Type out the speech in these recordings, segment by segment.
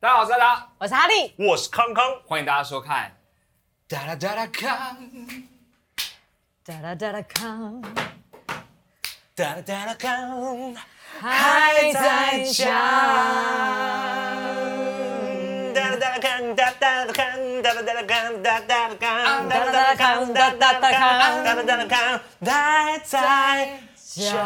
大家好，我是阿达，我是哈利，我是康康，欢迎大家收看。哒啦哒啦康，哒啦哒啦康，哒啦哒啦康，还在讲，哒啦哒啦康，哒哒啦康，哒啦哒啦康，哒哒啦康，哒啦哒啦康，哒哒啦康，哒啦哒啦康，还在讲。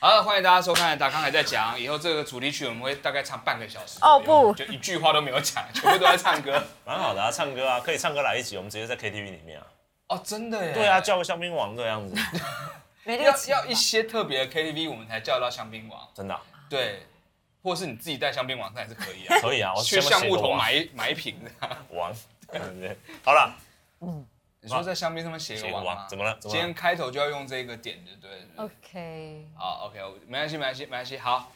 好欢迎大家收看《达康还在讲》。以后这个主题曲我们会大概唱半个小时。哦不就一句话都没有讲，全部都在唱 歌。蛮好的啊，唱歌啊，可以唱歌来一集，我们直接在 KTV 里面啊。哦，真的耶。对啊，，叫个香槟王这样子，没力要气要一些特别的 KTV 我们才叫到香槟王。真的啊对，或是你自己带香槟王上也是可 以啊。可以啊，我去橡木桶买买一买一瓶的。王，对不对？好了，你说在香槟上面写写个个王吗王，？怎么了？怎今么了天？开头就要用这个点，对不对？ OK，好，OK，我没关系，没关系，没关系。好，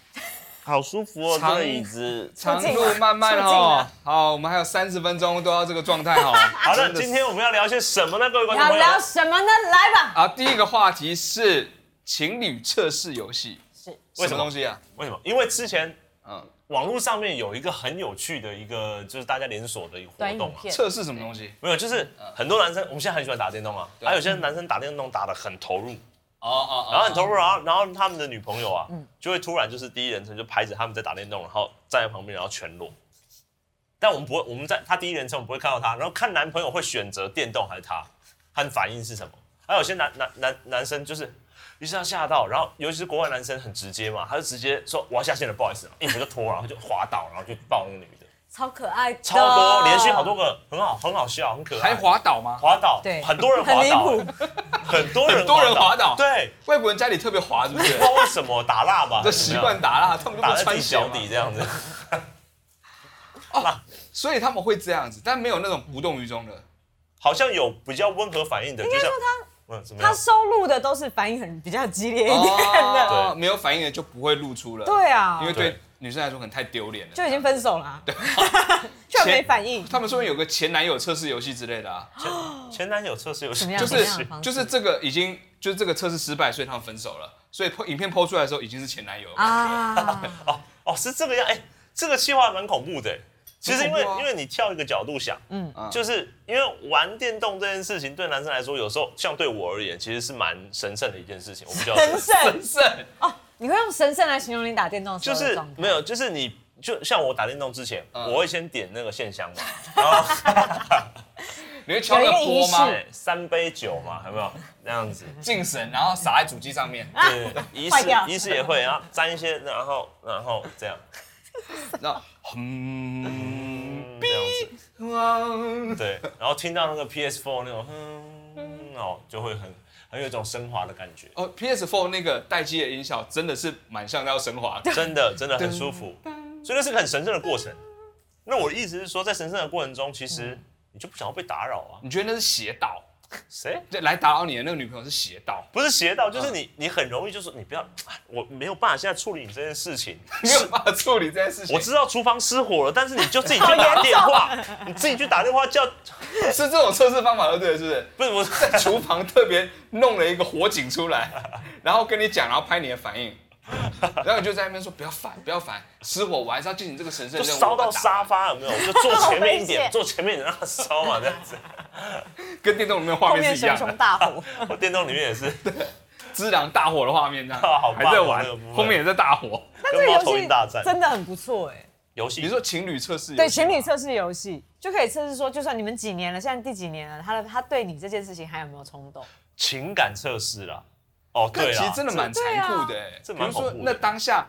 好舒服哦，这长个椅子。长促进路了漫漫促进哦了。好，我们还有三十分钟都要这个状态哦。好的，真是今天我们要聊些什么呢，各位观众要朋友？聊什么呢？来吧，啊，第一个话题是情侣测试游戏，是为什么东西啊？为什么？因为之前嗯，网络上面有一个很有趣的一个，就是大家连锁的一个活短动影啊。片，测试什么东西？没有，就是嗯很多男生，我们现在很喜欢打电动啊，还有有些男生打电动打得很投入，哦哦，然后很投入，然后然后他们的女朋友啊，就会突然就是第一人称就拍着他们在打电动，然后站在旁边，然后全裸。但我们不会，我们在他第一人称，我们不会看到他，然后看男朋友会选择电动还是他，他的反应是什么？还有些男男男男生就是，于是他吓到，然后尤其是国外男生很直接嘛，他就直接说我要下线了，不好意思，一服就脱，然后就滑倒，然后就抱那个女的，超可爱的，超多，连续好多个，很好，很好笑，很可还爱。滑倒吗？滑倒，对很多人滑倒，很离很多人很多人滑倒对，外国人家里特别滑，是不是 不知？道为什么打蜡吧，这习还是惯打蜡，他们都不怎么样打在自穿己鞋嘛脚底这样子，所以他们会这样子，但没有那种无动于衷的。好像有比较温和反应的，就像嗯怎么他样？收录的都是反应很比较激烈一点 的，哦没有反应的就不会露出了。，对啊，因为对对女生来说可能太丢脸了。就已经分手了啊， 就没反应，他们说有个前男友测试游戏之类的啊， 前男友测试有怎么样就怎是么样的方式就是这个已经就是这个测试失败，所以他们分手了。所以 po- 影片抛出来的时候已经是前男友了。啊，哦哦是这个样，哎，这个计划蛮恐怖的。其实因为很恐怖啊因为你跳一个角度想，嗯，啊就是因为玩电动这件事情对男生来说，有时候像对我而言，其实是蛮神圣的一件事情。我不叫神圣神圣哦，你会用神圣来形容你打电动的时就候的是状态没有，就是你就像我打电动之前，嗯我会先点那个线香嘛，你会敲那个波吗有一个？对，三杯酒嘛，有没有那样子？敬神，然后撒在主机上面，对，对对仪啊坏式掉仪式也会，然后沾一些，然后然后这样，然后嗯，嗯，这样子，对，然后听到那个 PS4 那种哼，哦，就会很很有一种升华的感觉，哦，PS4 那个待机的音效真的是蛮像要升华的。真的真的很舒服，所以那是个很神圣的过程。那我的意思是说，在神圣的过程中，其实嗯你就不想要被打扰啊，你觉得那是邪道？谁？对，来打扰你的那个女朋友是邪道，不是邪道，就是你，你很容易就说你不要，啊我没有办法现在处理你这件事情，没有办法处理这件事情。我知道厨房失火了，但是你就自己去打电话，你自己去打电话叫，是这种测试方法就对了，是不是？不是我在 厨房特别弄了一个火警出来，然后跟你讲，然后拍你的反应，然后你就在那边说不要烦，不要烦，失火我还是要进行这个神圣就任务。烧到我把它打沙发有没有？我就坐前面一好危点，险坐前面一点让它烧啊嘛，这样子。完，跟电动里面画后面面是一样熊的熊，大火，我电动里面也是知狼大火的画面这样，啊 好棒还在玩那个部，分后面也在大火。那跟猫头鹰大战真的很不错哎。游戏，你说情侣测试游戏吗？对情侣测试游戏就可以测试说，就算你们几年了，现在第几年了，他的他对你这件事情还有没有冲动？情感测试啦？哦，那对其啦，实真的蛮残酷啊的、欸，这这比如蛮恐怖说的那当下，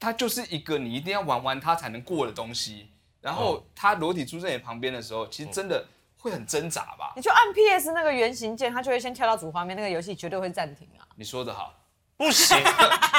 它就是一个你一定要玩完它才能过的东西。然嗯后它裸体出现你旁边的时候，其实真的会很挣扎吧？嗯你就按 PS 那个圆形键，它就会先跳到主画面，那个游戏绝对会暂停啊。你说的好，不行，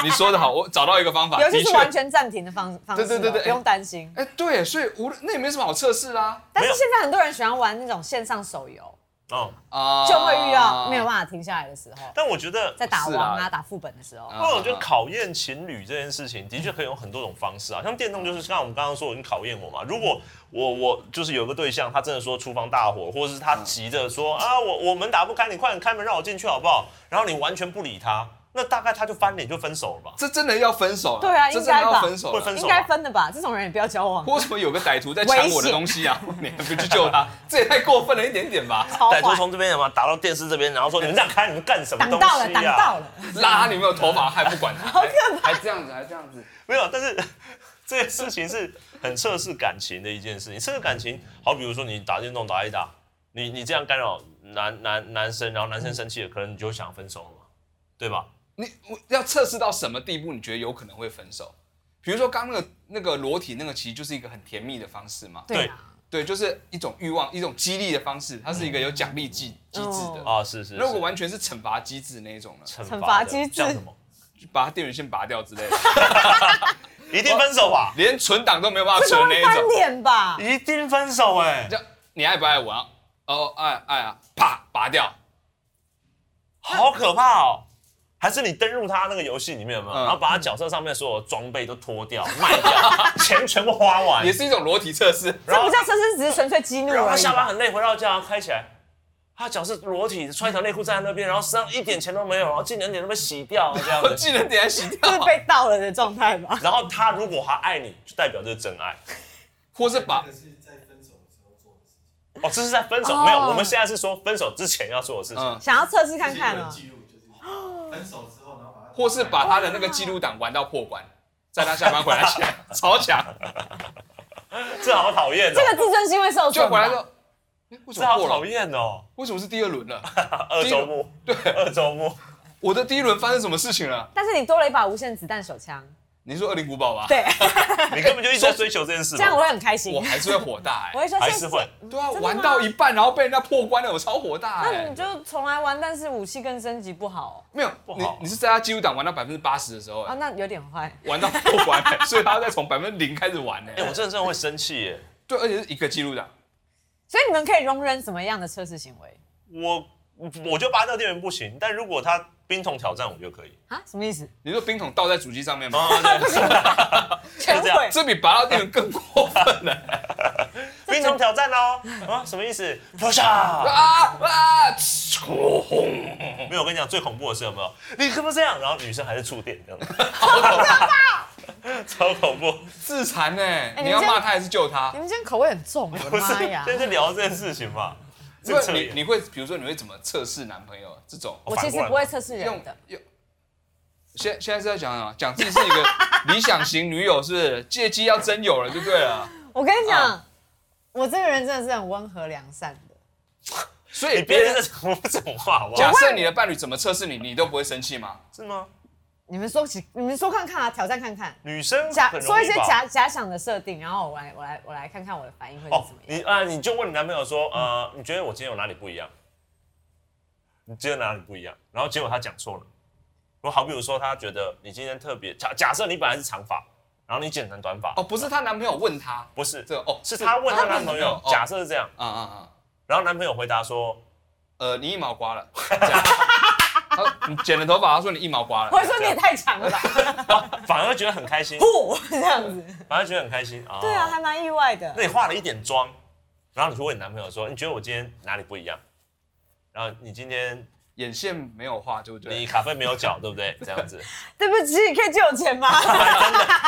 你说的好，我找到一个方 法，游啊的戏是确，完全暂停的方方式哦，对对对对不用担心。哎、对，所以无论那也没什么好测试啦，但是没有现在很多人喜欢玩那种线上手游，哦，啊、就会遇到没有办法停下来的时候，但我觉得。在打王是啊、啊打副本的时候，不过我觉得考验情侣这件事情，的确可以有很多种方式啊。像电动就是像我们刚刚说，已经考验我嘛。如果我我就是有个对象，他真的说厨房大火，或者嗯是他急着说啊，我我门打不开，你快点开门让我进去好不好？然后你完全不理他，那大概他就翻脸就分手了吧？这真的要分手了，对啊这真的应该要吧分手会分了。手应该分的吧？这种人也不要交往，为什么有个歹徒在抢我危的险东西啊？ 你还不去救他，这也太过分了一点点吧？超歹徒坏，嗯从这边什么打到电视这边，然后说你们这样开，你们干什么挡东到了，西挡啊到？了，拉他女朋友头发还不管他， 还还这样子，还这样子。没有，但是 这件事情是很测试感情的一件事情。测试感情，好比如说你打电动打一打，你你这样干扰男男男生，然后男生生气了，可能你就想分手了嘛，对吧？你我要测试到什么地步，你觉得有可能会分手？比如说刚那个那个裸体那个，其实就是一个很甜蜜的方式嘛。对对啊，对，就是一种欲望，一种激励的方式，它是一个有奖励机机制的。哦啊，是是是。如果完全是惩罚机制那一种呢，惩罚的机制像什么？就把它电源线拔掉之类的， 一定分手吧？连存档都没有办法这存种那会一翻种。脸吧？一定分手哎、就你爱不爱我啊？哦，爱爱啊，啪拔掉。好可怕哦！还是你登入他那个游戏里面有没有？嗯然后把他角色上面所有装备都脱掉、卖掉，钱全部花完也，是一种裸体测试。这不叫深深，只是纯粹激怒然后他而已下吧。班很累，回到家开起来，他脚是裸体，穿一条内裤站在那边，然后身上一点钱都没有，然后技能点都被洗掉这样我子。技能点还洗就是掉，被盗了的状态 吧？然后他如果还爱你，就代表这是真爱 或是把这个是在分手的时候做的事情，哦，这是在分手、哦没有？我们现在是说分手之前要做的事情。嗯，想要测试看看这啊是一个，记录就是分手之后，然后把它或是把他的那个记录档玩到破关，在他下班回来 前超强，这好讨厌哦这，个自尊心会受就损回吧来说，诶为什这么好破讨了？厌哦，为什么是第二轮了？二周目，对，二周目。我的第一轮发生什么事情了？但是你多了一把无限子弹手枪，你说恶灵古堡吧？对，你根本就一直在追求这件事 这样我嘛，会很开心我。还是会火 大我哎。会说还谢是谢。会。对啊，真的吗玩到一半然后被人家破关了，我超火大那哎你。就重来玩，但是武器跟升级不好没有，不你好你是在他记录档玩到百分之八十的时候哦啊，哎，那有点坏。玩到破关，哎 所以他要再从百分之零开始玩哎、我哎。真的真的会生气耶！对，而且是一个记录档，所以你们可以容忍什么样的测试行为我我就拔掉电源不行，但如果他冰桶挑战我就可 以。啊？什么意思？你说冰桶倒在主机上面吗？啊，对，全这样毁。这比拔到电源更过分了。冰桶挑战哦，啊，什么意思？p u s h 啊！啊啊！轰！没有，我跟你讲，最恐怖的是有没有？你可不这样，然后女生还是触电这样子，好可怕！超恐怖。自残呢、哎你你要这样骂他还是救他你？们今天口味很重，我不的是，妈呀！现在就聊这件事情嘛。这因个啊为测你验你会比如说你会怎么测试男朋友这种？我其啊实不会测试用人的，用。现现在是在讲什么？讲自己是一个理想型女友，是不是？借机要真有了就对了。我跟你讲啊，我这个人真的是很温和良善的。所你以别别人人在讲不讲话好不假好？设你的伴侣怎么测试你，你都不会生气吗？是吗？你们说起，你们说看看啊，挑战看看，女生假很容易说一些吧哦假假想的设定，然后我来我来我来看看我的反应会哦是怎么，样。你啊，你就问你男朋友说，呃，你觉得我今天有哪里不一样？你觉得哪里不一样？然后结果他讲错了。我好比如说，他觉得你今天特别假，假设你本来是长发，然后你剪成短发，哦，不是她男朋友问她，不是，这个哦，是她问她男朋友，哦假设是这样，啊啊啊，然后男朋友回答说，呃，你一毛刮了， 这样他说你剪了头发，他说你一毛刮了我，会说你也太强 了吧，啊反而觉得很开心，不这样子。反而觉得很开心啊。对啊，还蛮意外的那。你化了一点妆，然后你去问你男朋友说，你觉得我今天哪里不一样？然后你今天眼线没有画，对不对？你卡费没有缴，对不对？这 样子，对不起，可以借我钱 吗？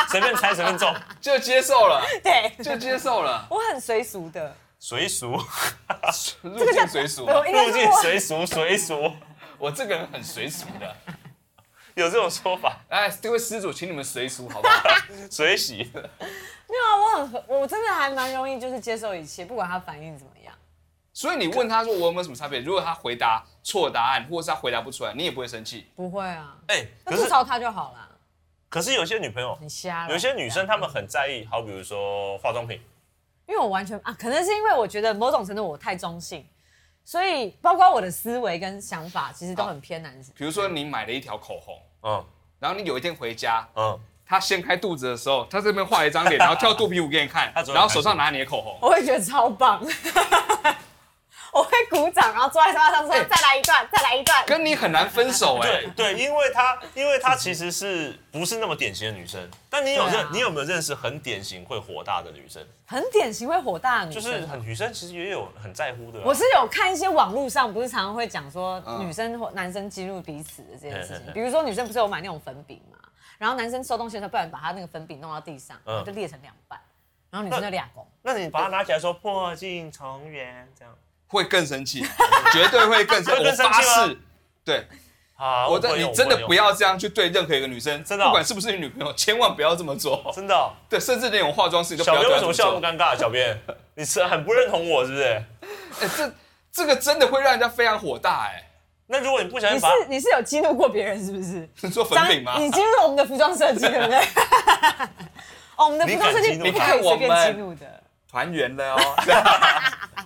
随便猜随便中，就接受了，对，就接受了，我很随俗的，随俗。入境随俗对。我 应该入是境哎我随俗，随俗我这个人很随俗的。有这种说法，哎，这位施主，请你们随俗好不好？ 随喜。没有啊，我很和我真的还蛮容易，就是接受一切，不管他反应怎么样。所以你问他说我有没有什么差别？如果他回答错答案，或是他回答不出来，你也不会生气。不会啊，哎、那可吐是槽他就好啦。可是有些女朋友，你瞎了。有些女生她们很在意，好比如说化妆品，因为我完全啊，可能是因为我觉得某种程度我太中性，所以包括我的思维跟想法其实都很偏男生。比如说你买了一条口红，嗯然后你有一天回家，嗯，他掀开肚子的时候，他这边画一张 脸，然后跳肚皮舞给你看他，只会然后手上拿你的口红，我会觉得超棒。 我会鼓掌，然后坐在沙发上说哎再来一段，再来一段。跟你很难分手哎、 对对，因为她因为她其实是不是那么典型的女生，但你有对认、啊你有没有认识很典型会火大的女生？很典型会火大的女就生，啊是啊很女生其实也有很在乎的啊、我是有看一些网络上不是常常会讲说嗯女生或男生激怒彼此的这件事嘿嘿嘿情，比如说女生不是有买那种粉饼嘛，然后男生收东西的时候不然把他那个粉饼弄到地上，嗯呃然后就裂成两半，然后女生就俩拱。那你把它拿起来说破镜重圆这样。会更生气，绝对会更生 气，会更我生气发吗誓。对，啊，我不的会用你真的我不会用要这样去对任何一个女生，真的哦不管是不是你女朋友， 千万不要这么做。真的哦、对，甚至连我化妆师你都不小要编对她为什这么么笑那做么。尴尬？小编， 你是很不认同我是不是？哎，这这个真的会让人家非常火大哎。 那如果你不小你心是把你是有激怒过别人是不是？你做粉张饼吗？你激怒我们的服装设计对不对？ 哦，我们的服装设计你不敢可激以怒他随便激怒的。团圆了哦。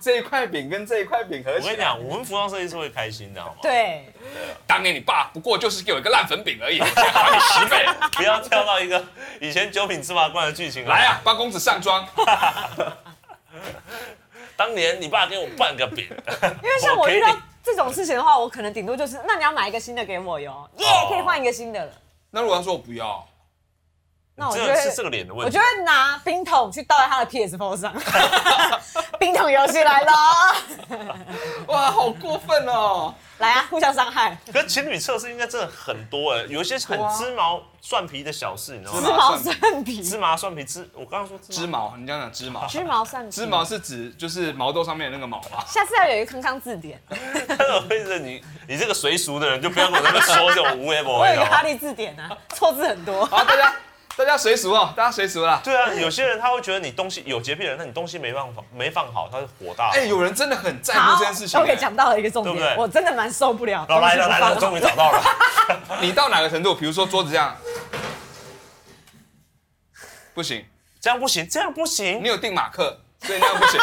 这一块饼跟这一块饼合我起跟你来，讲，我们服装设计是会开心的，好吗？对，啊当年你爸不过就是给我一个烂粉饼而 已，还你十倍。不要跳到一个以前九品芝麻官的剧情来！啊，帮公子上妆。当年你爸给我半个饼，因为像哦我我给遇到你这种事情的话，我可能顶多就是那你要买一个新的给我哟，耶哦，可以换一个新的了。那如果他说我不要， 那我这就个会是这个脸的问我题就。会拿冰桶去倒在他的 PS4 上，冰桶游戏来了，哇，好过分哦！来啊，互相伤害，可是情侣测试应该真的很多哎，有一些很对啊鸡毛蒜皮的小事，你知道芝织麻吗？毛蒜皮，芝麻蒜皮芝，我刚刚说织毛，你这样讲织毛，织毛蒜皮，织毛。是指就是毛豆上面的那个毛吗？下次要有一个康康字典，但我会着你，你这个随俗的人就不要跟我在那边说这种无微不我有微一的个好吗哈。利字典啊，错字很多。好，大家 大家随俗哦，大家随俗啦。对啊，有些人他会觉得你东西有洁癖的人，那你东西没放好，没放好，他是火大。哎、有人真的很在乎好这件事情、 ，OK，讲到了一个重对不点，对我真的蛮受不了。老来了来了，东终西于找到了。你到哪个程度？比如说桌子这样，不行，这样不行，这样不你行，有定马克，所以那样 不行。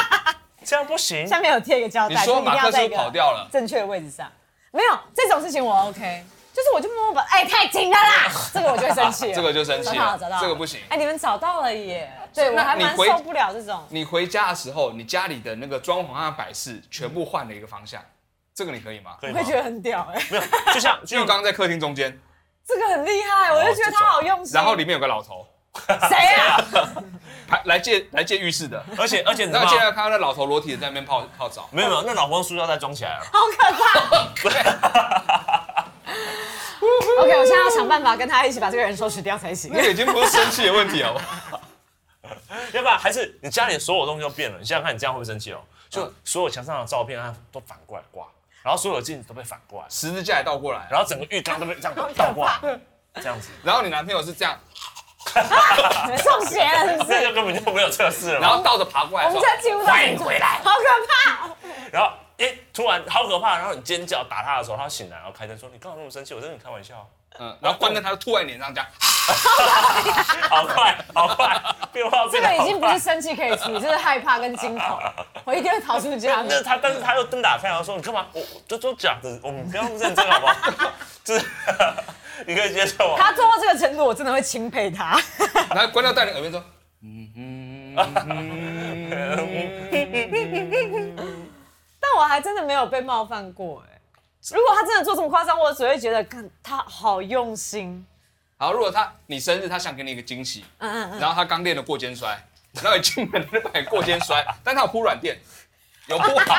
这样不不行放。下面有贴一个胶你带，就说一定马克要是在不一是个跑掉了？正确的位置上。没有这种事情我 OK，就是我就默默把，哎，太紧了啦， 这个我就会生气了，这个就生气啊找了到了，找到了，这个不行哎，你们找到了耶，对我那还你蛮回受不了这种。你回家的时候，你家里的那个装潢和摆饰全部换了一个方向，这个你可以吗？可以我吗会？觉得很屌哎、没有，就像因为就我像刚刚在客厅中间，这个很厉害，我就觉得他好用哦心。然后里面有个老头，谁啊？还来借来借浴室的，而且而且你然知道后吗现？在看到那老头裸体在那边泡泡澡，没有没有，那老黄塑料袋装起来了。 好可怕 ！OK，我现在要想办法跟他一起把这个人收拾掉才 行。那个已经不是生气的问题好不好？ 要不然还是你家里所有东西都变了。你想想看，你这样会不会生气哦？嗯就所有墙上的照片啊都反过来挂，然后所有的镜子都被反过来，十字架也倒过来，然后整个浴缸都被这样倒过来，这样子， 然后你男朋友是这样，你们中邪了是不那是？就根本就没有测试了然嘛。后倒着爬过来哦我说们家几乎都欢迎回来，好可怕！然后哎、突然好可怕！然后你尖叫打他的时候，他醒来，然后开灯说：“你刚好那么生气，我在跟你开玩笑。”嗯，然后关灯他就吐在脸上这样，好快，好快，变化这变得个已好经不快是生气可以处理，这是害怕跟惊恐。我一定会逃出家但门是。他，但是他又灯打开，然后说：“你干嘛？我我就都讲的，我们不要那么认真，好不好？”就是 你可以接受吗？他做到这个程度，我真的会钦佩他。 然后关掉戴你耳边说，但我还真的没有被冒犯过哎、如果他真的做这么夸张，我只会觉得，看他好用心。好，如果他你生日，他想给你一个惊喜，嗯嗯嗯。然后他刚练了过肩摔，然后一进门就把你过肩摔，但他有铺软垫，有铺好，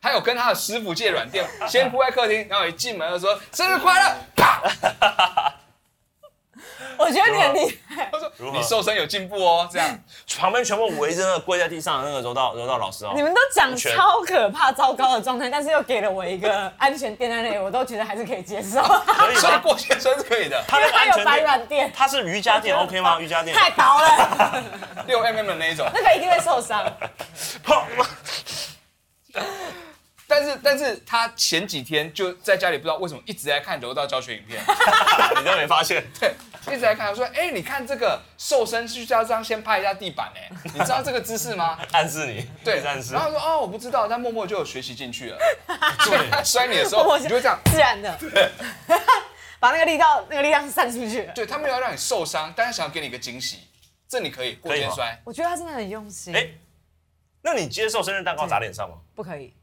他有跟他的师傅借软垫，先铺在客厅，然后一进门就说生日快乐，啪！嗯我觉得你很厉哦害，他说如何啊你瘦身有进步哦， 这样旁边全部围着那个跪在地上的那个柔道柔道老师哦你，们都讲全超可怕、糟糕的状态，但是又给了我一个安全垫在那里，我都觉得还是可以接 受。可以所以吗？过肩摔是可以的，他那个他安有全白垫，软垫，他是瑜伽垫 OK 吗？瑜伽垫， 太薄了，六 mm 的那一种。那个一定会受伤。砰！但是但是他前几天就在家里不知道为什么一直在看柔道教学影片，你都没发现，对，一直在看，我说哎、你看这个瘦身是要这样先拍一下地板哎、你知道这个姿势吗？暗示你，对，一直暗示然。后他说哦我不知道，但默默就有学习进去了。 对， 他摔你的时默候，默你就会这样。自然 的， 把那个力道、那个力量散出去。对他没有让你受伤，但是想要给你一个惊喜，这你可以过可以肩吗摔。我觉得他真的很用心。哎那你接受生日蛋糕砸脸上吗？不可以，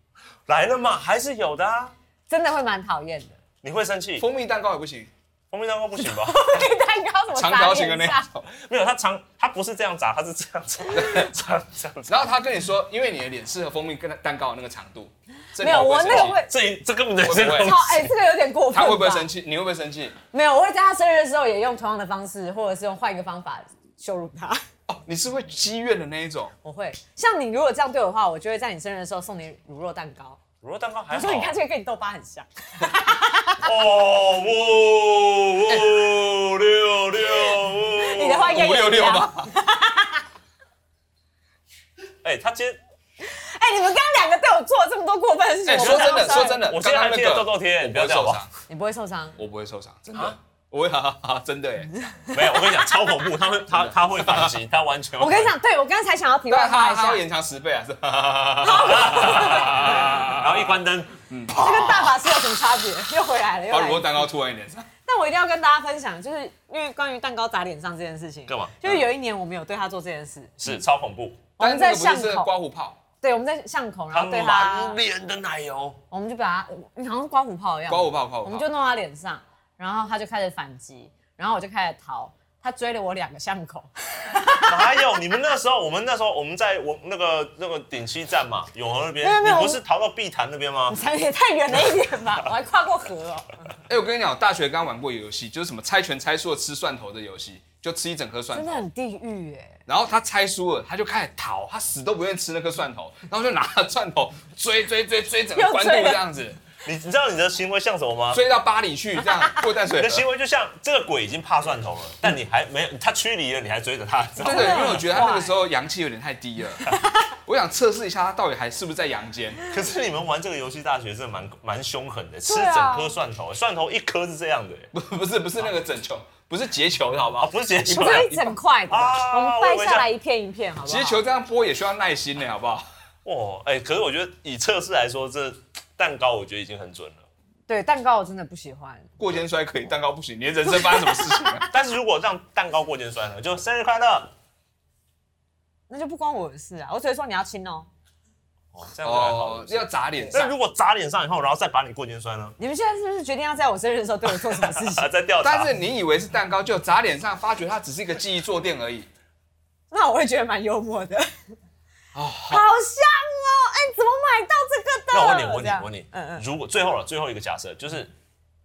来了嘛，还是有的啊。真的会蛮讨厌的。你会生气？蜂蜜蛋糕也不行，蜂蜜蛋糕不行 吧？这蛋糕怎么长撒条脸形的那上一 种。没有，它长，它不是这样砸，它是这样砸，这样这样砸。然后他跟你说，因为你的脸适合蜂蜜跟蛋糕的那个长度，这没有你会我不那个生气会这这根本就不是会 东西超哎、这个有点过分。他会不会气？生气？你会不会生气？没有，我会在他生日的时候也用同样的方式，或者是用换一个 方法羞辱他。哦，你是会积怨的那一种。我会像你，如果这样对我的话，我就会在你生日的时候送你乳酪蛋糕。乳酪蛋糕还我好说你看这个跟你痘疤 很像，哦， 五五六六，你的话应该也啊五六六一样吧。哎，他今天哎、你们刚刚两个对我做了这么多过分的事情，哎、我说不真会的，受伤说真，的，我刚今天刚还那贴了个痘痘贴，我你不不要会这样受吧伤，。你不会受伤。我不会受伤，真的啊，我会哈哈哈，真的耶。 没有，我跟你讲超恐怖，他会 他他会反击，他完全。我跟你，讲，对我刚才想要题外但他话一他下，会这延长十倍啊，是吧？ 然后一关灯，跟大法师有什么差别？又回来了，又把来乳酪了。蛋糕吐在你脸上，但我一定要跟大家分享，就是因为关于蛋糕砸脸上这件事情，干嘛就是有一年我们有对他做这件事，是超恐怖，我但们是那个哦在不巷是真的刮口，胡泡，对，我们在巷口，然他后对他满，脸的奶油，我们就把他，你好像刮胡泡一样，刮胡泡，刮我胡们就泡。弄他脸上，然后他就开始反击，然后我就开始逃，他追了我两个巷口，哪有？你们那时候，我们那时候我们在我那个那个顶溪站嘛，永和那边没有，没你有不是逃到碧潭那边吗你？才也太远了一点 吧，我还跨过河哦。哎，我跟你讲，我大学刚玩过一个游戏，就是什么猜拳猜输了吃蒜头的游戏，就吃一整颗蒜真的头。很地狱 哎、然后他猜输了，他就开始逃，他死都不愿意吃那颗蒜头，然后就拿着蒜头追追追追整个关渡又追了这样子，你你知道你的行为像什么吗？追到巴黎去这样过淡水你河的。行为就像这个鬼已经怕蒜头了，但你还没有他驱离了，你还追着他，知道真吗的，因为我觉得他那个时候阳气有点太低了，我想测试一下他到底还是不是在阳间。可是你们玩这个游戏，大学真的蛮蛮凶狠的，吃对啊整颗蒜头，蒜头一颗是这样的，不，不是，不是那个整球，不是结球的好不啊，好？不是结我球，这一整块的，啊我们掰下来一片一片，好不好？结球这样剥也需要耐心的，好不好？哇，哎、可是我觉得以测试来说，这蛋糕我觉得已经很准了。对蛋糕我真的不喜欢，过肩摔可以，蛋糕不行。你的人生发生什么事情了？但是如果让蛋糕过肩摔呢，就生日快乐，那就不关我的事啊。我只会说你要亲哦。哦，这样就还好哦了，。要砸脸那上。如果砸脸上以后，然后再把你过肩摔 呢？你们现在是不是决定要在我生日的时候对我做什么事情啊，？再调查。但是你以为是蛋糕，就砸脸上，发觉它只是一个记忆坐垫而已。那我会觉得蛮幽默的。哦， 好像哦，哎、怎么买到这个的？那我 问你，我问这你，样我问你，嗯嗯，如果最后了，最后一个假设就是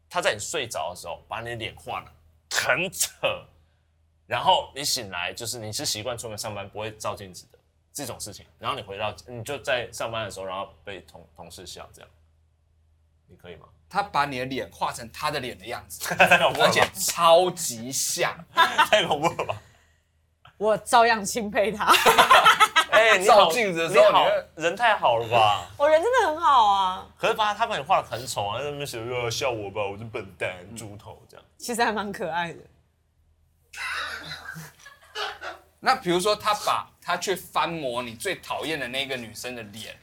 他在你睡着的时候把你的脸画的很扯，然后你醒来就是你是习惯出门上班不会照镜子的这种事情，然后你回到你就在上班的时候，然后被同同事笑这样，你可以吗？ 他把你的脸画成他的脸的样子，太恐怖而了且吧，超级像，太恐怖了吧！我照样钦佩他， 哎、 你好照镜子的时候你好你会人太好了吧？我人真的很好啊， 可是把他把你画的很丑啊，在那边写呃笑我吧，我是笨蛋、猪头这样。其实还蛮可爱的。那比如说，他把他去翻模你最讨厌的那个女生的脸，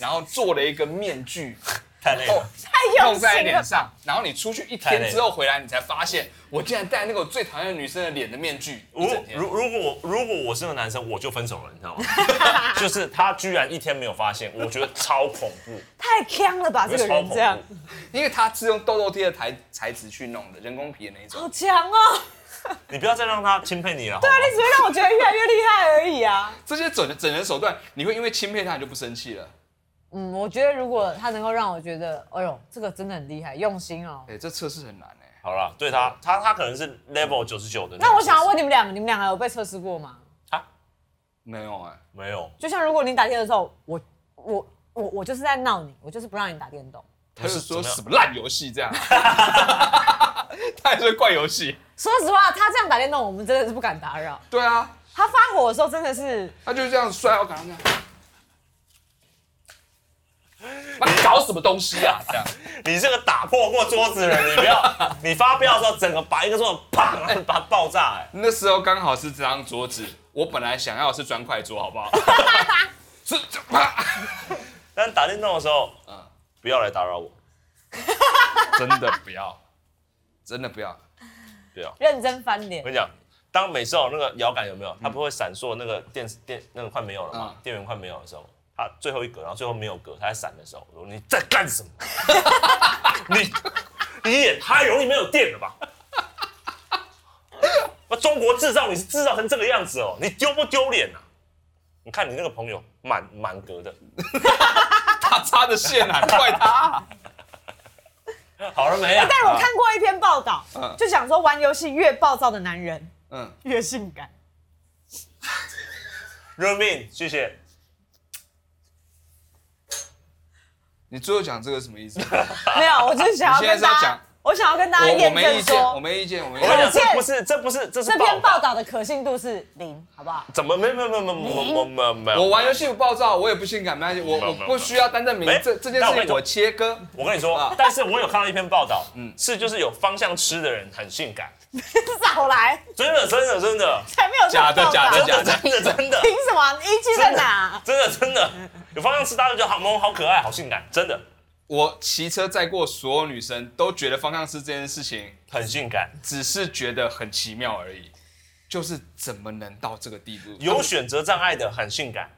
然后做了一个面具，太累然后了，太弄用在心脸了，上，然后你出去一天之后回来，你才发现我竟然戴那个我最讨厌的女生的脸的面具如一整天。哦如如果我如果我是个男生，我就分手了，你知 道吗？就是他居然一天没有发现，我觉得超恐怖， 太坑了吧，这个超人恐这样，怖。因为它是用痘痘贴的材材质去弄的，人工皮的那一种。好强哦！ 你不要再让他钦佩你了，好对啊，你吗？只会让我觉得越来越厉害而已啊。这些整整人手段，你会因为钦佩他你就不生气了。嗯，我觉得如果他能够让我觉得，哎呦，这个真的很厉害，用心哦。哎、这测试很难哎、好了，对他，他他可能是 level 九十九的种。那我想要问你们两个，你们两个有被测试过吗？啊，没有哎、没有，就像如果你打电动的时候，我我我我就是在闹你，我就是不让你打电动，他就说不是什怎么烂游戏这样， 他还说怪游戏。说实话，他这样打电动，我们真的是不敢打扰。对啊，他发火的时候，真的是他就这样摔，我感觉这样。妈你搞什么东西啊？这样，你这个打破过桌子的人，你不要， 你发飙的时候整个把一个桌子砰，然后把它爆炸、哎，那时候刚好是这张桌子，我本来想要的是砖块桌，好不好？ 是这啪，但是打电动的时候，嗯不要来打扰我，真的不要，真的不要。不要。认真翻我脸。跟你讲，哦当每次有那个摇杆有没有，它不会闪烁那个电电那个快没有了嘛，嗯电源快没有的时候，他最后一格，然后最后没有格，他在闪的时候，我说你在干 什么？你你也太容易没有电了吧？那中国制造你是制造成这个样子哦，你丢不丢脸啊？你看你那个朋友满满格的，他插的线啊，怪他。好了没啊？但我看过一篇报道嗯，就讲说玩游戏越暴躁的男人嗯，越性感。热面，谢谢。你最后讲这个什么意思？没有，我就是想要嗯你现在跟是要大讲家，我想要跟大家我我验没意证见，我说，没意见，我没意我跟你见。讲，这见不是这不是这是这篇报报道道，的可信度是零，好不好？ 怎么没有没有没有没有没有没有没有没有？我玩游戏不暴躁，我也不性感，没关系，我没有我没有不需要担证明没有这这件但我事跟你情，说我切割。我跟你说啊，但是我有看到一篇报道，嗯是就是有方向吃的人很性感，少来，真的真的真的才没有这个假的报道假的真假的真的真的凭什么？你依据在哪？真的真的有方向吃，大家就觉得好萌好可爱好性感，真的我骑车载过所有女生，都觉得方向是这件事情，很性感，只是觉得很奇妙而已。就是怎么能到这个地步？啊有选择障碍的很性感。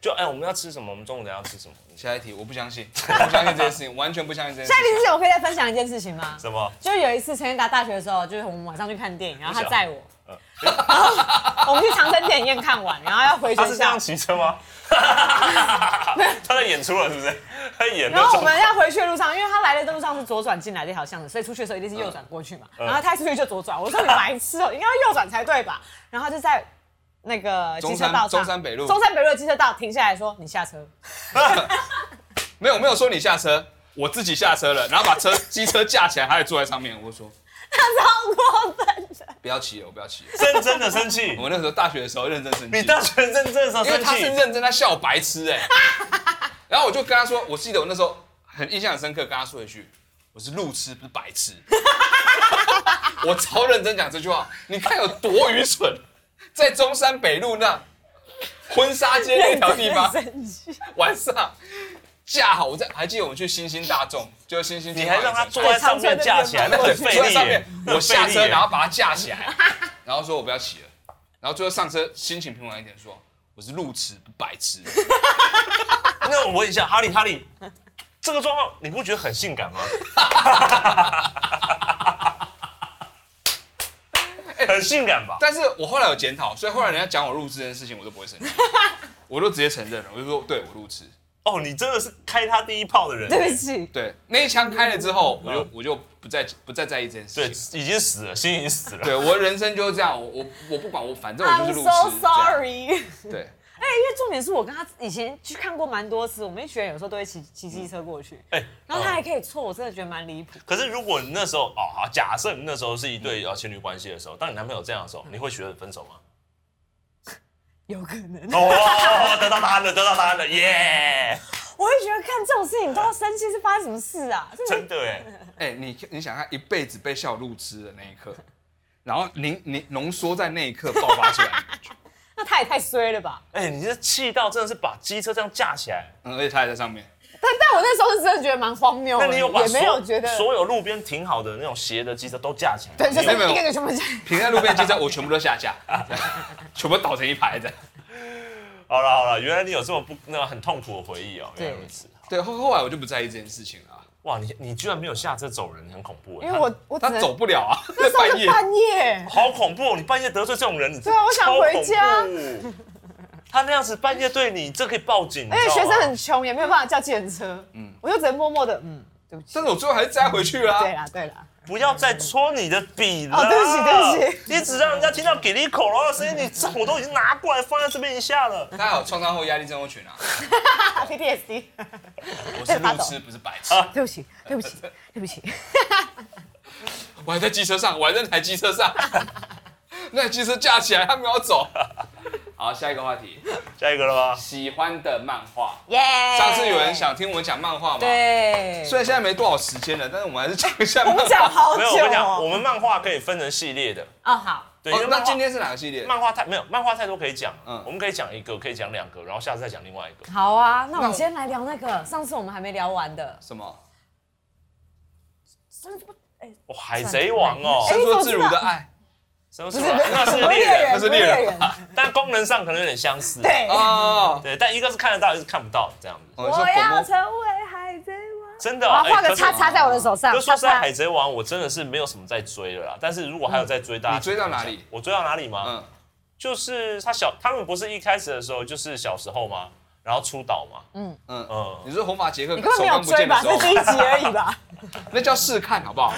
就哎，我们要吃什么？我们中午等一下要吃什么？下一题，我不相信，我不相信这件事情，完全不相信这件事下一题情。之前，我可以再分享一件事情吗？什么？就是有一次陈建达大学的时候，就是我们晚上去看电影，然后他载我，嗯然后我们去长城电影院看完，然后要回他学是这校样，骑车吗？ 他在演出了是不是？他演那然后我种们要回去的路上，因为他来的路上是左转进来这条巷子，所以出去的时候一定是右转过去嘛。嗯然后他一出去就左转，我说你白痴哦、应该要右转才对吧？然后他就在那个机车道上，中山中山北路中山北路的机车道停下来说：“你下车。没有没有说你下车，我自己下车了，然后把车机车架起来，他还坐在上面。我就说”他超过分的，不要骑了，我不要骑了。认真的生气我。那时候大学的时候认真生气，你大学认真的时候因为生他是气，认真在笑我白痴 哎、然后我就跟他说，我记得我那时候很印象很深刻，跟他说一句，我是路痴不是白痴， 我超认真讲这句话，你看有多愚蠢，在中山北路那婚纱街那条地 方，生气。晚上架好，我在还记得我们去星星大众，就是星星，你还让他坐在上面架起来，那对，很费哦坐在力上面耶。，我下很费车力耶然后把它架起来，然后说我不要骑了，然后最后上车心情平稳一点，说我是路痴不白痴，那我问一下，哈利，哈利，这个状况你不觉得很 性感吗？很性感吧？但是我后来有检讨，所以后来人家讲我路痴这件事情，我都不会生气，我都直接承认了，我就说对我路痴，哦，你真的是开他第一炮的人，对不起，对那一枪开了之后，我嗯就我就不再不再在意这件对事情。已经死了，心已经死了。对我人生就是这样，我我我不管我，反正我就 I'm 是路痴。这 so 样 sorry。对，哎、因为重点是我跟他以前去看过蛮多次，我们一群人有时候都会骑骑机车过去，哎，然后他还可以错，我真的觉得蛮离谱。可是如果你那时候哦，好，假设你那时候是一对呃情侣关系的时候，当你男朋友这样的时候，你会觉得分手吗？有可能，哦，得到答案了，得到答案了，耶！我会觉得看这种事情都要生气，是发生什么事啊？这真的哎，哎、你你想看一辈子被笑路痴的那一刻，然后凝凝浓缩在那一刻爆发出来，那他也太衰了吧？哎，你这气到真的是把机车这样架起来。嗯，而且他还在上面。但但我那时候是真的觉得蛮荒谬那的，你有把哦也没有所觉得，所有路边停好的那种斜的机车都架起来？对，就没有是没一有个个全部这样停在路边机车，我全部都下架，全部倒成一排的。好了好了，原来你有这么不那个很痛苦的回忆哦、原来如此。对，后后来我就不在意这件事情了。啊哇，你你居然没有下车走人，你很恐怖哎。因为我我只他能走不了啊，那在时候半是夜。半夜他，好恐怖、哦，你半夜得罪这种人，你对啊我想回家超恐怖。 他那样子半夜对你，这可以报警。而且你知学道吗生很穷，也没有办法叫计程车，嗯，我就只能默默的，嗯，对不起，但是我最后还是摘回去了、对啊。啦对啦，不要再戳你的笔了。哦对不起对不起，你只让人家听到给力口然后声音，你这我都已经拿过来放在这边一下了。大家好，创伤后压力症候群啊，啊 PTSD，我是路痴，不是白痴。对不起对不起对不 起，我还在机车上，我还在那台机车上， 那台机车架起来，他没有走。好，下一个话题，下一个了吗？喜欢的漫画。耶！上次有人想听我们讲漫画嘛？。对，虽然现在没多少时间了，但是我们还是讲一下漫我画。们讲好没久有，我跟你讲，我哦，们漫画可以分成系列的。哦好，对，因哦为，那漫画今天是哪个系列？漫画太没有，漫画太多可以讲。嗯我们可以讲一个，可以讲两个，然后下次再讲另外一个。好啊，那那我们我今天来聊那个上次我们还没聊完的，什么？上次不哎，哇，海贼王哦，伸哎缩自如的爱。什么是吧？那是猎 人，那是猎人人。但功能上可能有点相似。对，哦，对但一个是看得到，一个是看不到，这样子。哦我你说要狗成为海贼王。真我的、要啊，画哎个可是叉叉在我的手上。就说叉实在，《叉海。贼王》我真的是没有什么在追了啦。但是如果还有在追，大嗯家你追到哪里？我追到哪里吗？嗯，就是他小，他们不是一开始的时候就是小时候吗？然后出岛嘛，嗯嗯嗯，你说红发杰克你根本手没有刚不追见的吧？时候是，第一集而已吧？那叫试看，好不好？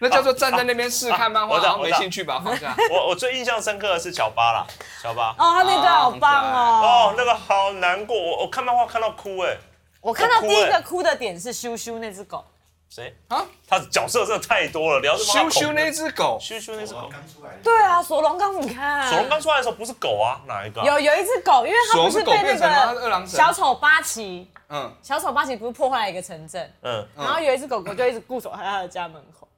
那叫做站在那边试看漫画，我知然道后没兴趣吧，放下。我我最印象深刻的是小巴啦，小巴。哦，他那段好棒哦哦，。那个好难过，我我看漫画看到哭哎、我看到我哭第一个欸哭的点是羞羞那只狗，谁啊啊？他角色真的太多了，聊什么羞羞那只狗，羞羞那只我狗，刚出来的。对啊，索隆刚你看，索隆刚出来的时候不是狗啊，哪一个、啊？有有一只狗，因为它索不隆是是狗被变成了那他是二郎个神小丑八旗，嗯，小丑八旗不是破坏了一个城镇，嗯，然后有一只狗狗就一直固守在他的家门口。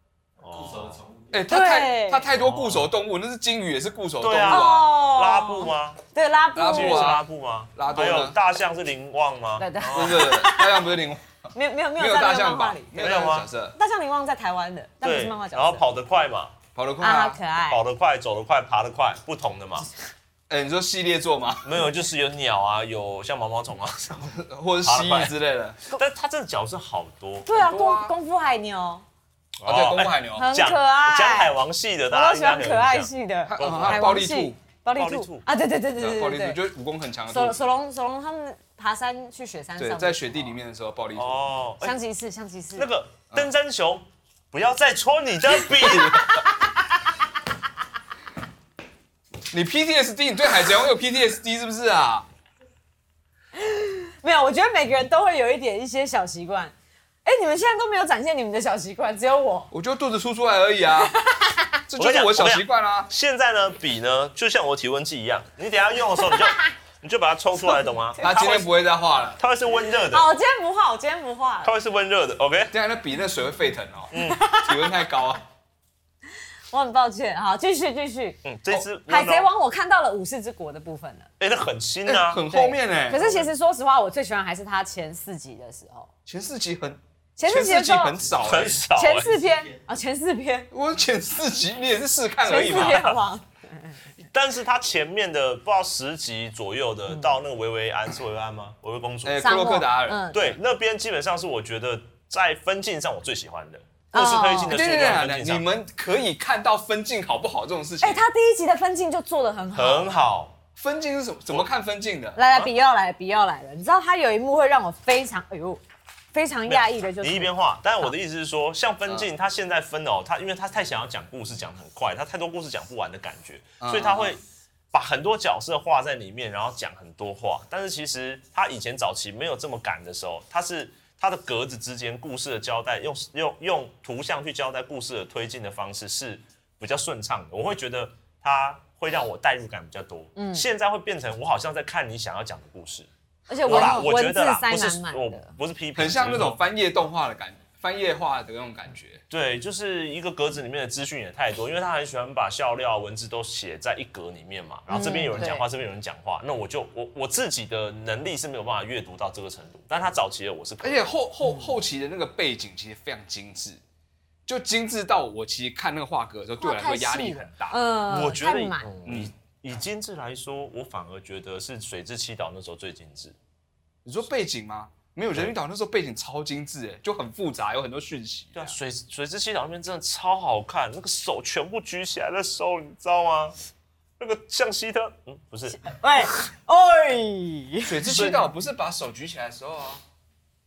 固守的宠物店。哎，它太对它太多固守动物，那是金鱼也是固守动物对啊啊。哦拉布？吗？对，拉布。拉布金鱼啊是拉布吗？拉多还呢有大象是林旺吗？哦对对，不是，大象不是灵，没有没有没没有有在大那个象漫画吧里？。没有大象没有吗角色，大象林旺在台湾的，但不对是漫画角色。然后跑得快嘛，跑得快啊，啊好可。爱。跑得快，走得快，爬得快，不同的嘛。哎，你说系列作吗？没有，就是有鸟啊，有像毛毛虫啊，或者是蜥蜴之类的？但他这个角色好多。对啊，很多啊功功夫海牛啊，对，哦公海牛，很讲可爱，讲海王系的，我大都家应喜该欢很有可爱印象系的。它嗯它海有王暴力系兔，暴力暴力兔兔啊，对对对对对对对暴力兔对。就是武功很强的索兔。索隆索隆他们爬山去雪山对，上，在雪地里面的时候，暴力兔。哦。哎香吉士，香吉士那个登山熊，不要再戳你的 笔。你 PTSD，你对海贼王有 PTSD 是不是啊？没有，我觉得每个人都会有一点一些小习惯。哎、你们现在都没有展现你们的小习惯，只有我。我就肚子凸出来而已 啊，这就是我小习惯啊啦、现在呢，笔呢，就像我体温计一样，你等一下用的 时候，你就你就把它抽出来，懂吗？他今天它不会会再画了，它会是温热的，哦，我今天不画，我今天不画它，会是温热的，OK？这样那笔那水会沸腾哦，嗯体温太高啊。我很抱歉。好，继续继续。嗯，这只哦温柔海贼，王我看到了武士之国的部分了，哎，那很新啊，很对后面呢、哎可是其实说实话，我最喜欢还是他前四集的时候，前四集很前四集的时集候，很少、欸很，少哎前四篇啊、哦前四篇，我前四集你也是试看而前已四嘛。篇好不 好？但是它前面的不知道十集左右的，到那个维维安是维维安吗？维维公主，嗯哎克沙洛漠克达尔嗯，对，那边基本上是我觉得在分镜上我最喜欢的，故事推进的哦对速对度和分对对，你镜上们可以看到分镜好不好这种事情。哎、他第一集的分镜就做的很好。很好。分镜是什么？怎么看分镜的？来来，比要来，比要来了。你知道他有一幕会让我非常，哎呦，非常讶异的，就是你一边画，但我的意思是说，像分镜，他现在分哦，他因为他太想要讲故事，讲得很快，他太多故事讲不完的感觉，嗯所以他会把很多角色画在里面，然后讲很多话。但是其实他以前早期没有这么赶的时候，他是他的格子之间故事的交代，用用用图像去交代故事的推进的方式是比较顺畅的。我会觉得他会让我代入感比较多。嗯，现在会变成我好像在看你想要讲的故事。而且我文啦，我觉文字得啦，塞不满是满我的。不是批评，很像那只是说种翻页动画的感觉，翻页画的那种感觉。对，就是一个格子里面的资讯也太多，因为他很喜欢把笑料、文字都写在一格里面嘛。然后这嗯边有人讲话，这边有人讲话，那我就我我自己的能力是没有办法阅读到这个程度。但他早期的我是可而以，且后后后期的那个背景其实非常精致，就精致到我其实看那个画格的时候，对我来说压力很大。呃嗯，我觉得太以满。以以精致来说，我反而觉得是《水之七岛》那时候最精致。你说背景吗？没有，人鱼岛那时候背景超精致，哎，就很复杂，有很多讯息。对啊，水《水之七岛》那边真的超好看，那个手全部举起来的时候，你知道吗？那个像希特，嗯，不是喂，哎，水之七岛不是把手举起来的时候啊，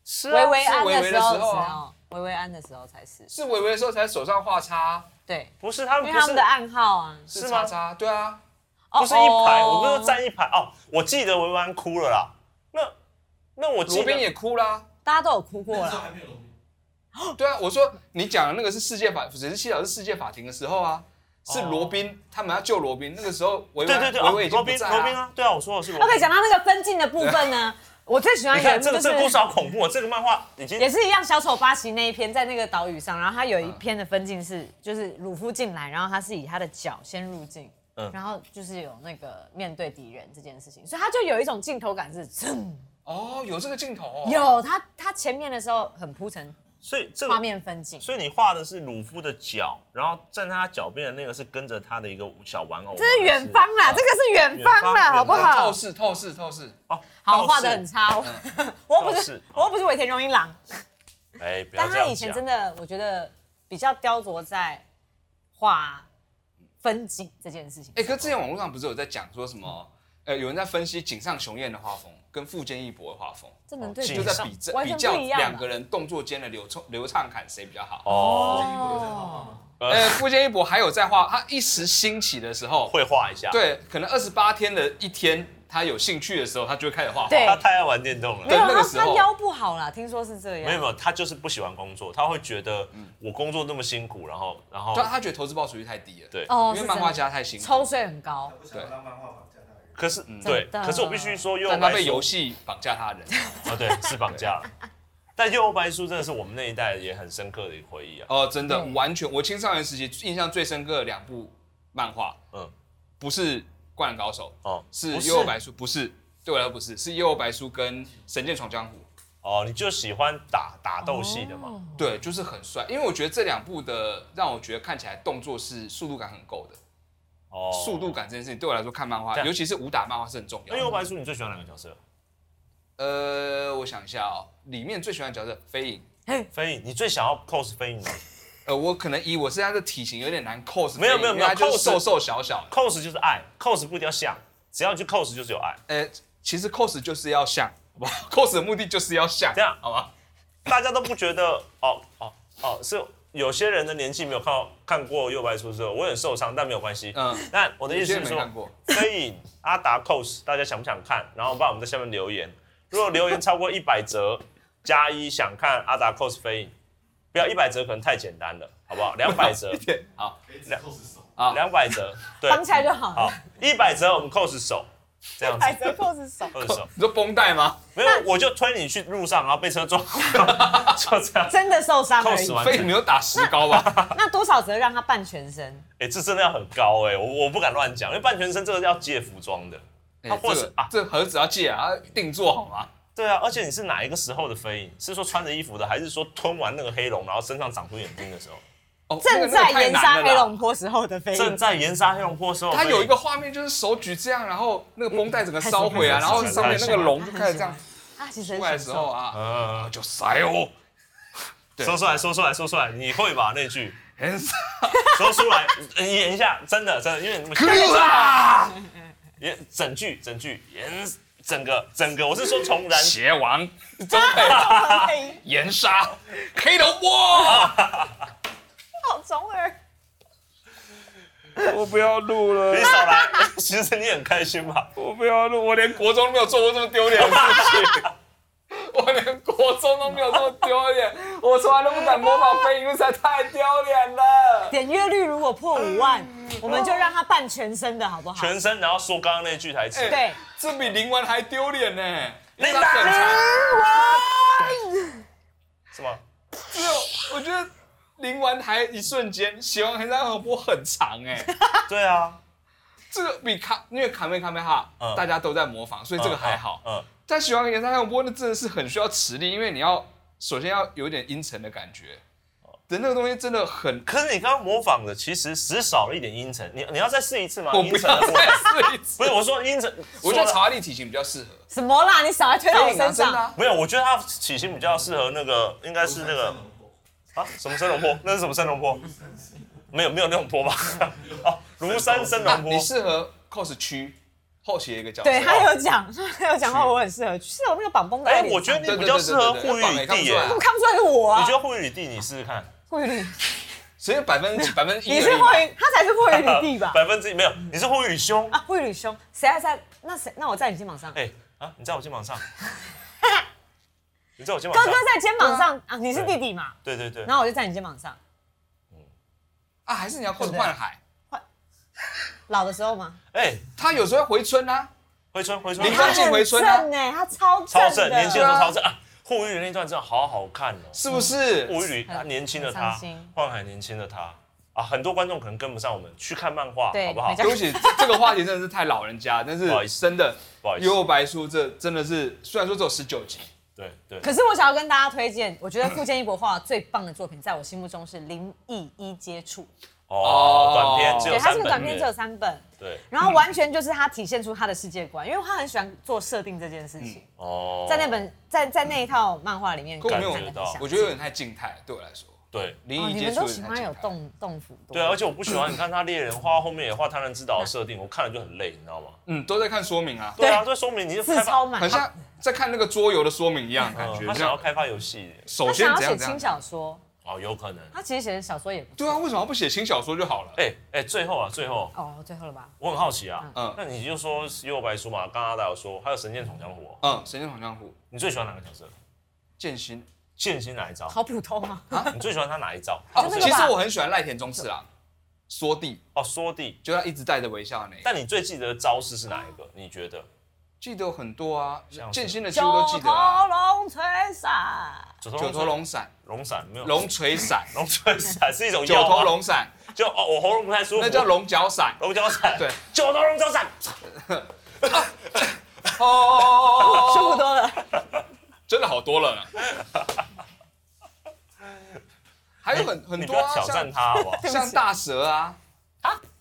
是微啊，微安是微的微时的候时候啊，微微安的时候才是是微微的时候才手上画叉，对，不是他因为们不他是们的暗号啊，是是吗叉叉，对啊，不不是一排，哦我不是说站一排哦。我记得维维安哭了啦，那那我记罗得宾也哭啦，大家都有哭过那时候了，还没有龙鳞。对啊，我说你讲的那个是世界法，水之七岛是世界法庭的时候啊，是哦罗宾他们要救罗宾，那个时候维维对对对，维哦维已罗经宾不在罗宾了。啊，对啊，我说的是罗宾 OK，。讲到那个分镜的部分 呢，我最喜欢你有一看幕这个这个就故事是。好恐怖哦，这个漫画已经也是一样，小丑巴奇那一篇在那个岛屿上，然后他有一篇的分镜是，就是鲁夫进来，然后他是以他的脚先入境，嗯然后就是有那个面对敌人这件事情，所以他就有一种镜头感是，噌哦，有这个镜头哦。有他他前面的时候很铺陈所以这画个，面分镜，所以你画嗯的是鲁夫的脚，然后站在他脚边的那个是跟着他的一个小玩偶吗，这是远方啦，这个是远方啦，远方好不好哦透？视透视透视，哦，好，画的的很差，我 我又不倒是是我又不是尾田荣一郎，哎，不要但这他样以前讲真的，我觉得比较雕琢在画分景这件事情。哎、可是之前网络上不是有在讲说什么？呃，有人在分析井上雄彦的画风跟富坚义博的画风，这能对哦比就井在上比这完比全较不一样啊两个人动作间的流畅流畅感谁比较好。哦，英国有在画画吗？呃，富坚义博还有在画，他一时兴起的时候，会啊画一下，，对，可能二十八天的一天，他有兴趣的时候，他就会开始画画。对他太爱玩电动了没。有对那他个时他候腰不好啦，听说是这样。没有没有，他就是不喜欢工作，他会觉得我工作那么辛苦，然后然后啊他他觉得投资报酬率太低了，对，哦，因是为真漫的画家太辛苦，抽税很高他。不想让漫画绑架他的人。可是嗯对，真的可是我必须说，又但他白被叔游戏绑架他的人。啊，对， 是绑架了。但又白书真的是我们那一代也很深刻的一个回忆啊。哦，真的对完全，我青少年时期印象最深刻的两部漫画，嗯，不是《灌篮高手》，哦，是不《幽游白书》，不是，对我来说不是，是《幽游白书》跟《神剑闯江湖》。哦，你就喜欢打打斗戏的嘛？对，就是很帅，因为我觉得这两部的让我觉得看起来动作是速度感很够的，哦，速度。感这件事情对我来说看漫画这，样哎尤其是武打漫画是很重要那的。幽白书你最喜欢哪个角色？呃，我想一下哦，里面最喜欢的角色飞影。飞影，你最想要 cos 飞影吗呃，我可能以我现在的体型有点难 cos，没有飞影没有因为没有他就是 cos 瘦瘦小小的。 ？cos 就是爱，cos 不一定要像，只要你去 cos 就是有爱。呃，其实 cos 就是要像，好不 好？cos 的目的就是要像，这样好吧？大家都不觉得哦哦哦，是有些人的年纪没有看到看过幽白书之后，我很受伤，但没有关系。嗯嗯，那我的意有思些人是没说看，过，，飞影阿达 cos，大家想不想看？然后帮我们在下面留言，如果留言超过一百折，加一想看阿达 cos 飞影，不要一百折可能太简单了，好不好？两百折 对，好，可以只扣死手，好两百折，对，绑起来就好好了，，一百折我们 cos 手，这样子百折扣是手。 cos 手，你说绷带吗？没有我就推你去路上，然后被车 撞，就这样。真的受伤而已 cos 完。飞影没有打石膏吧？那多少折让他半全身？哎、这真的要很高哎、我我不敢乱讲，因为半全身这个要借服装的。 哎啊或这者个啊这盒子要借啊，定做好吗？对啊，而且你是哪一个时候的飞影？是说穿着衣服的，还是说吞完那个黑龙，然后身上长出眼睛的时候？哦，那个正在那个太岩难沙了黑啦龙坡时候的飞正影，在研杀黑龙坡的时候，他有一个画面就是手举这样，然后那个绷带整个烧毁啊，嗯然后上面那个龙就开始这样他啊其实出来的很时享候受。啊，呃，就塞哦，对说出来，说出来，说出来，你会吧那句？很塞说出来，呃演一下，真的真的，因为你啊们啦，演整句整句演整个整个，我是说从燃邪王，真的岩沙黑头波， 好中二，我不要录了你少来， 其实你很开心 吧？我不要录，我连国中都没有做过这么 丢脸的事情。我连国中都没有这么丢脸，我从来都不敢模仿飞鱼，实在太丢脸了。点阅率如果破五万，我们就让他半全身的好不好？全身，然后说刚刚那句台词，哎 对，这比林完还丢脸呢！林因为他完整场是吗？只有我觉得林完还一瞬间，喜欢黑山河波很长 哎、对啊，这个比卡，因为卡梅卡梅哈、嗯大家都在模仿，所以 这个还好。嗯，嗯但喜欢岩山河波那真的是很需要实力，因为你要首先要有点阴沉的感觉，哦的那个东西真的很，可是你刚刚模仿的其实只少了一点阴沉，你你要再试一次吗？我哦阴不沉的要部分再试一次。不是我 说阴沉，我觉得说查理体型比较适合，什么啦？你少来推到我所以身男生的上。啊没有，我觉得他体型比较适合那个，应该是那个啊什么生龙坡，那是什么生龙坡？没有没有那种坡吧？ 哦，庐山生啊龙坡你，适合 cos 区后期的一个角色。对他有讲， 他有讲话，我很适合去，是有那个绑绷带在哎，脸上。我觉得对你对比较适合对对对护玉绑也里看不地出耶来。我看不出来是我啊你觉。得护玉里地你试试看，霍雨里，所以百分之百分之一而已你嘛，是霍雨，他才是霍雨 里弟啊吧？百分之一没有，你是护玉里胸。啊，霍雨里兄，谁还在？那谁？那我在你肩膀上，哎啊，你在我 肩膀上，你在我肩膀哥哥上，在肩膀上啊，你是弟弟嘛？对对对然，后我就在你肩膀上，啊，还是你要 cos 对幻海？老的时候吗？哎，他有时候会回春啊，回春回春你，刚进回春啊他很正哎，他超超正正，的，年轻的时候超正啊！护玉的那段真的好好看哦，是不是？嗯护玉他年轻的很他伤心，幻海年轻的他啊，很多观众可能跟不上我们，去看漫画对好不好比？较对不起，这这个话题真的是太老人家，但不好意是思真的不好《意思幽，游白书》这真的是虽然说只有十九集，对对，可是我想要跟大家推荐，我觉得富坚义博画最棒的作品，在我心目中是《灵异一接触哦，短片只》，有对，它三这本个月，短片只有三本，对，然后完全就是他体现出他的世界观，因为他很喜欢做设定这件事情，嗯哦，在那本在在那一套漫画里面可我感没有觉得很感觉到详我细。觉得有点太静态，对我来说，对灵哦，异你接们触都有点喜太欢静有态动动幅度，对啊，而且我不喜欢，你看他猎人画后面也画贪婪之岛的设定，我看了就很累，你知道吗？嗯，都在看说明啊，对啊，这说明你是字开超发，满很，像在看那个桌游的说明一样，感嗯哦觉他这想要样。开发游戏，首他先想要怎样写怎轻样？小说，哦，有可能。他其实写的小说也不对啊，为什么不写轻小说就好了？哎哎，最后啊，最后哦，最后了吧？我很好奇啊，嗯那你就说幽游白书嘛，刚刚大有说，还有神剑闯江湖哦，嗯，神剑闯江湖，你最喜欢哪个角色？剑心剑心哪一招？好普通啊！ 你最喜欢他哪一招？哦就那，个吧其实我很喜欢赖田忠次郎，缩地，哦，缩地。就他一直带着微笑的那一个。但你最记得的招式是哪一个？你觉得？记得很多啊像，是剑心的几九乎都记得啊头。龙吹伞，九九头龙伞、龙伞没有龙锤伞、龙卷伞是一种九药吗头，龙伞，就哦，我喉咙不太舒服，那叫龙角 伞。龙角伞，对，九头龙角伞，哦，舒服多了。真的好多了呢。 还有很很你不多要啊，挑像战他好不好？像大蛇啊，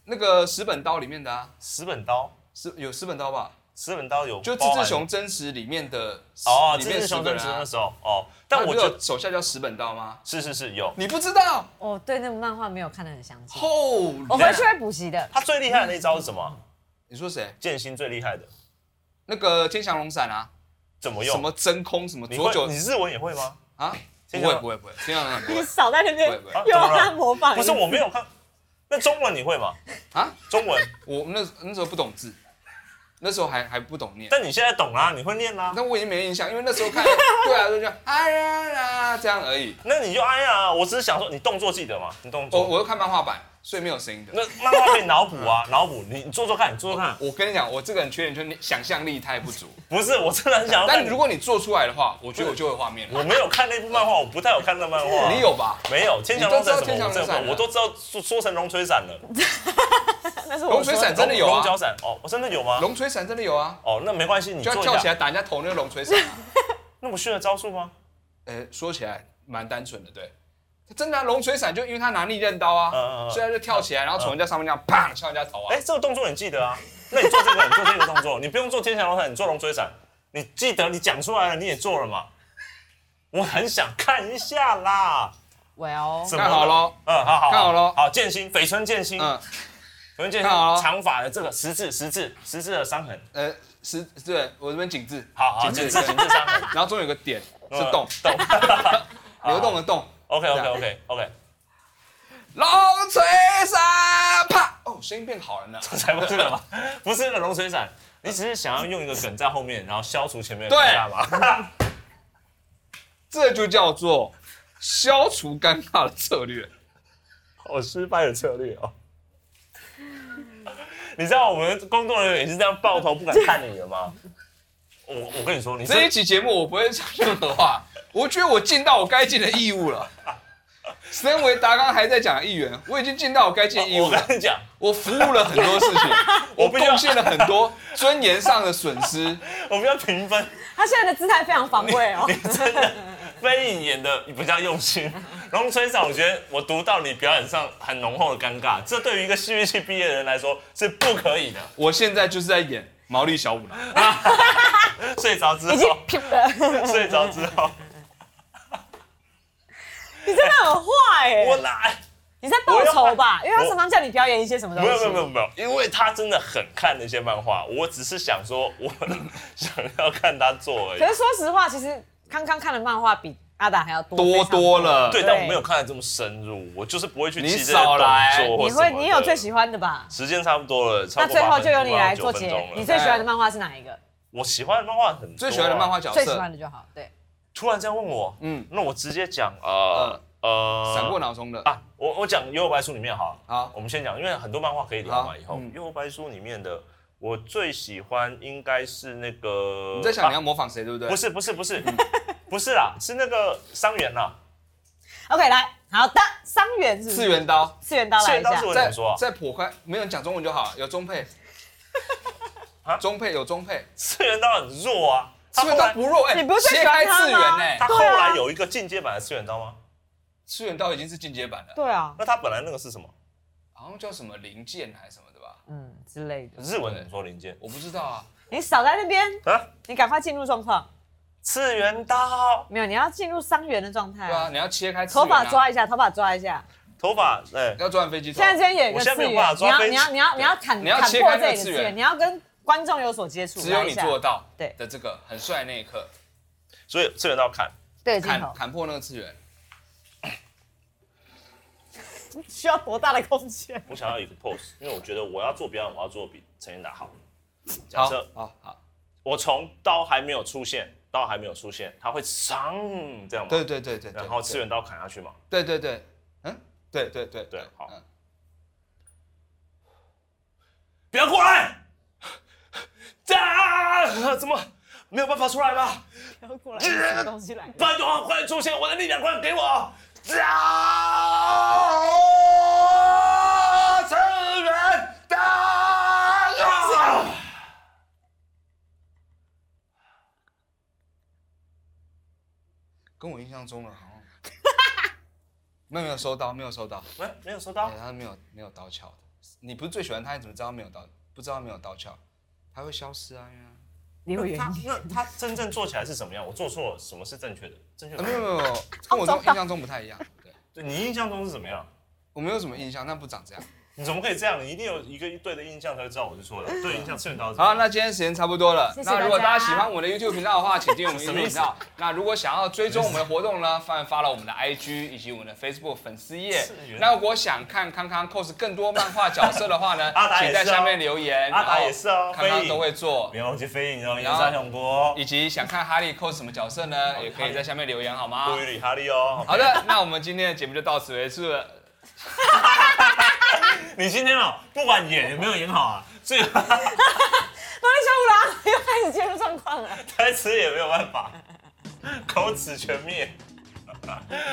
那个石本刀里面的啊，石本刀，石有石本刀吧？石本刀有就志包含志雄真实里面的哦，里志面志十雄个真人实啊那时候哦，但他不我是觉有得手下叫石本刀吗？是是是有，你不知道？我对那部漫画没有看得很详细，哦，我回去会补习的。他最厉害的那一招是什么？啊你说谁？剑心最厉害的那个天翔龙闪啊，怎么什用？么真空什么你左会九你日文也 会吗？啊？不天会翔不会不会，天翔龙闪不 你会少在那边不会不会啊又怎么了他模仿，不是我没有看，那中文你会吗？啊！中文， 我那那时候不懂字，那时候还还不懂念。但你现在懂啊啦，你会念啦，但我已经没印象，因为那时候看对啊，就这样哎呀呀这样而已。那你就哎呀，我只是想说，你动作记得吗？你动我作，哦我都看漫画版，所以没有声音的。那漫画可以脑补啊，脑补，你你做做看，你做做看。我跟你讲，我这个人缺点就是想象力太不 足。不是，我真的很想要看但你。如果你做出来的话，我觉得我就有画面了。我没有看那部漫画，我不太有看那漫画。啊你？有吧？没有？天翔龙伞你都知道什么？天翔我龙伞这了我都知道说说成龙吹伞了。那是我龙说吹的伞 真的有龙啊角，伞哦，我真的有吗？龙吹伞真的有啊，哦，那没关系，你就要做跳一起下。来打人家头那个龙吹伞啊。那么炫的招数吗？呃，说起来蛮单纯的，对。他真的啊龙吹伞，就因为他拿利刃刀啊，嗯嗯嗯所以他就跳起来，然后从人家上面这样啪敲人家头啊。哎，这个动作你记得啊？那你做这个，你做这个动作，你不用做天翔龙伞，你做龙吹伞，你记得，你讲出来了，你也做了嘛？我很想看一下啦。 Well，怎么哦看好喽，嗯，好好，看好喽好，剑心，绯村剑心，绯嗯，村剑心，看好喽长发的这个十字，十字，十字的伤痕，呃，是，对我这边紧致，好好，紧致，对紧致伤痕。 然后中间有个点是嗯洞，动。 流动的洞， OK OK OK OK，龙吹伞，啪！哦，声音变好了呢。 才不是了吧？不是那个龙水伞，你只是想要用一个梗在后面，然后消除前面的对尴尬嘛？这就叫做消除尴尬的策略。 好失败的策略哦。你知道我们工作人员也是这样抱头不敢看你的吗？我我跟你说，你这这一期节目我不会讲任何话，我觉得我尽到我该尽的义务了。身为达刚还在讲的议员，我已经尽到我该尽的义务我我了。跟你讲，我服务了很多事情，我哦我必须要贡献了很多尊严上的损失。我们要评分，他现在的姿态非常防卫哦。真的，飞影演的比较用心。龙吹伞，我觉得我读到你表演上很浓厚的尴尬，这对于一个戏剧系毕业的人来说是不可以的。我现在就是在演毛利小五郎，睡着之已经后，屁了，睡着之后，你真的很坏我哎！来。你在报仇吧？因为他常常叫你表演一些什么东没西。有没有没有没有，因为他真的很看那些漫画，我只是想说，我想要看他做而已可。是说实话，其实康康看的漫画比阿达还要多，多多。了。对，对但我没有看的这么深入，我就是不会去记你这些动少来作或你什么的会，你有最喜欢的吧？时间差不多了，差那不多最八后分就由你来九做分结钟。了你最喜欢的漫画是哪一个？我喜欢的漫画很多啊最喜欢的漫画，嗯角最喜欢色，的就好。对，突然这样问我，嗯嗯，那我直接讲呃呃，闪过脑中的。啊，呃我我讲《幽游白书》里面好了，好我们先讲，因为很多漫画可以聊好嘛。以后嗯《幽游白书》里面的，我最喜欢应该是那个你在想啊你要模仿谁，对不对？不是不是不是 不是啦，是那个伤员啦， OK，来，好的，伤员是不是次元刀。次元刀来一次元刀下是。我怎再么说啊再破开，没有人讲中文就好，有中配 啊，中配有中配，次元刀很弱啊，吃味道不弱，哎、你不是最切喜欢开他次元吗呢、他后来有一个进阶版的次元刀吗？次元刀已经是进阶版了，对啊，那他本来那个是什么？好像叫什么零件还是什么的吧，嗯之类的。日文怎么说零件我不知道啊。你少在那边，啊？你赶快进入状况。次元刀，没有，你要进入伤员的状态对啊，。你要切开次头元、啊，发抓一下，头发抓一下。头发哎，要抓完飞机头现。在这边有一我个现次在没元，有你办法要抓飞你要你要你要砍你要砍切破开那这个里的次次元元，你要跟观众有所接触。只有来你一下做得到对的这个很帅的那一刻，所以次元刀看对着镜砍头，砍破那个次元，需要多大的空间？我想要一个 pose，因为我觉得我要做表演，我要做比陈建达好。假好设好好，我从刀还没有出现，刀还没有出现，它会伤这样吗？对对对对，对然后次，元刀砍下去嘛，对对对，嗯，对对对对好嗯不要过来！ 啊！怎么没有办法出来吗？然后过来是什么东西来的？拜托，快出现！我的力量，快给我！啊！次元刀！跟我印象中的好像没有没有收到，没有收 到，喂，没有收哎到，他没有没有刀鞘的，你不是最喜欢他，你怎么知道没有刀？不知道没有刀鞘，他会消失啊，因为啊离我远他一点。那他真正做起来是什么样？我做错了，什么是正确的？正确啊没有没的？有没 有，跟我中印象中不太一样，对，对你印象中是怎么样？我没有什么印象，那不长这样。你怎么可以这样？你一定有一个对的印象才会知道我是错的。对印象次元刀是怎么好，样。那今天时间差不多了。谢谢大家那如果大家喜欢我们的 YouTube 频道的话，请订阅我们的什么 YouTube 意频思道。那如果想要追踪我们的活动呢，发发了我们的 IG 以及我们的 Facebook 粉丝页次元。那如果想看康康 cos 更多漫画角色的话呢阿，达也请是哦在下面留言。阿达也是哦然后康飞康影都会做不。要忘记飞影哦，然有后三雄锅，以及想看哈利 cos 什么角色呢，也可以在下面留言好吗多？雨里哈利哦。好的，那我们今天的节目就到此为止了。你今天哦，不管演有没有演好啊，最后那小五郎又开始进入状况了。台词也没有办法，口齿全灭。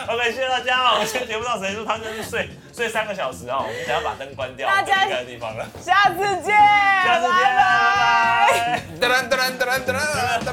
OK，谢谢大家哦，我们今天节目到此结束，他就是睡睡三个小时哦，我们等一下把灯关掉，大家我们离开地方了，下次见，下次见，拜拜拜拜。噔噔噔噔噔噔噔噔。